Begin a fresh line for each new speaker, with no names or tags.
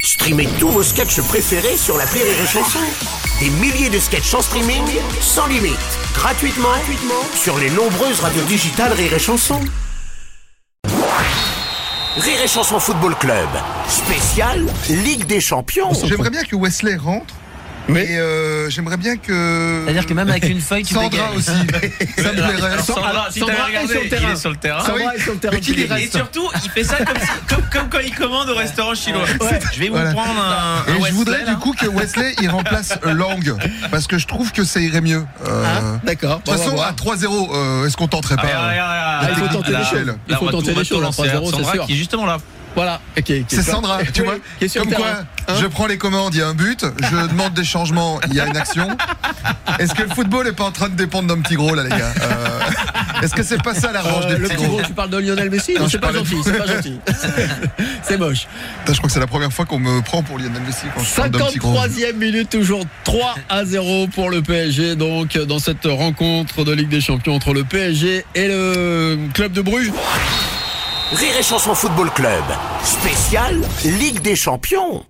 Streamez tous vos sketchs préférés sur la Rire et Chanson. Des milliers de sketchs en streaming, sans limite, gratuitement, gratuitement sur les nombreuses radios digitales Rire et Chanson. Rire et Chanson Football Club, spécial Ligue des Champions.
J'aimerais bien que Wesley rentre.
Oui.
Et euh, j'aimerais bien que.
C'est-à-dire que même avec une feuille, tu
Sandra
dégages.
aussi. ça me plairait.
Alors, Sandra,
Sandra,
si
Sandra
t'avais
est
regardé,
sur le terrain.
il est sur le terrain.
Ah oui.
Sandra est sur le terrain
Mais qu'il
depuis
y
les
reste.
Et surtout, il fait ça comme, si- comme, comme quand il commande au restaurant chinois. Je vais vous
Voilà.
prendre un,
Et
un
je
Westlake,
voudrais
là.
du coup que Wesley il remplace euh, Lang parce que je trouve que ça irait mieux. Euh,
Ah, D'accord.
de toute
Bon, on va
façon,
voir.
à 3-0, euh, est-ce qu'on tenterait
Ah,
pas
regarde,
euh,
regarde,
il faut
regarde.
tenter
Là,
les choses.
là,
Il faut
on va
tenter
tout-
les
on va
choses,
tout
hein,
lancer.
3-0, c'est
Sandra
sûr.
qui est justement là.
Voilà. Ok, ok. Euh,
C'est Sandra, tu
Oui,
vois.
qui est sur le
Comme quoi,
terrain. Hein
je prends les commandes, il y a un but. Je demande des changements, il y a une action. Est-ce que le football est pas en train de dépendre d'un petit gros là, les gars Euh, Est-ce que c'est pas ça la range
Euh,
des
le
petits
petit
gros
gros, tu parles de Lionel Messi
Non,
Non,
je
c'est pas
parlais de-
gentil, c'est pas gentil. C'est moche.
Putain, Je crois que c'est la première fois qu'on me prend pour Lionel Messi quand je parle d'un petit gros.
53e minute, toujours 3 à 0 pour le PSG. Donc, dans cette rencontre de Ligue des Champions entre le PSG et le club de Bruges.
Rire et Chanson Football Club, spécial Ligue des Champions.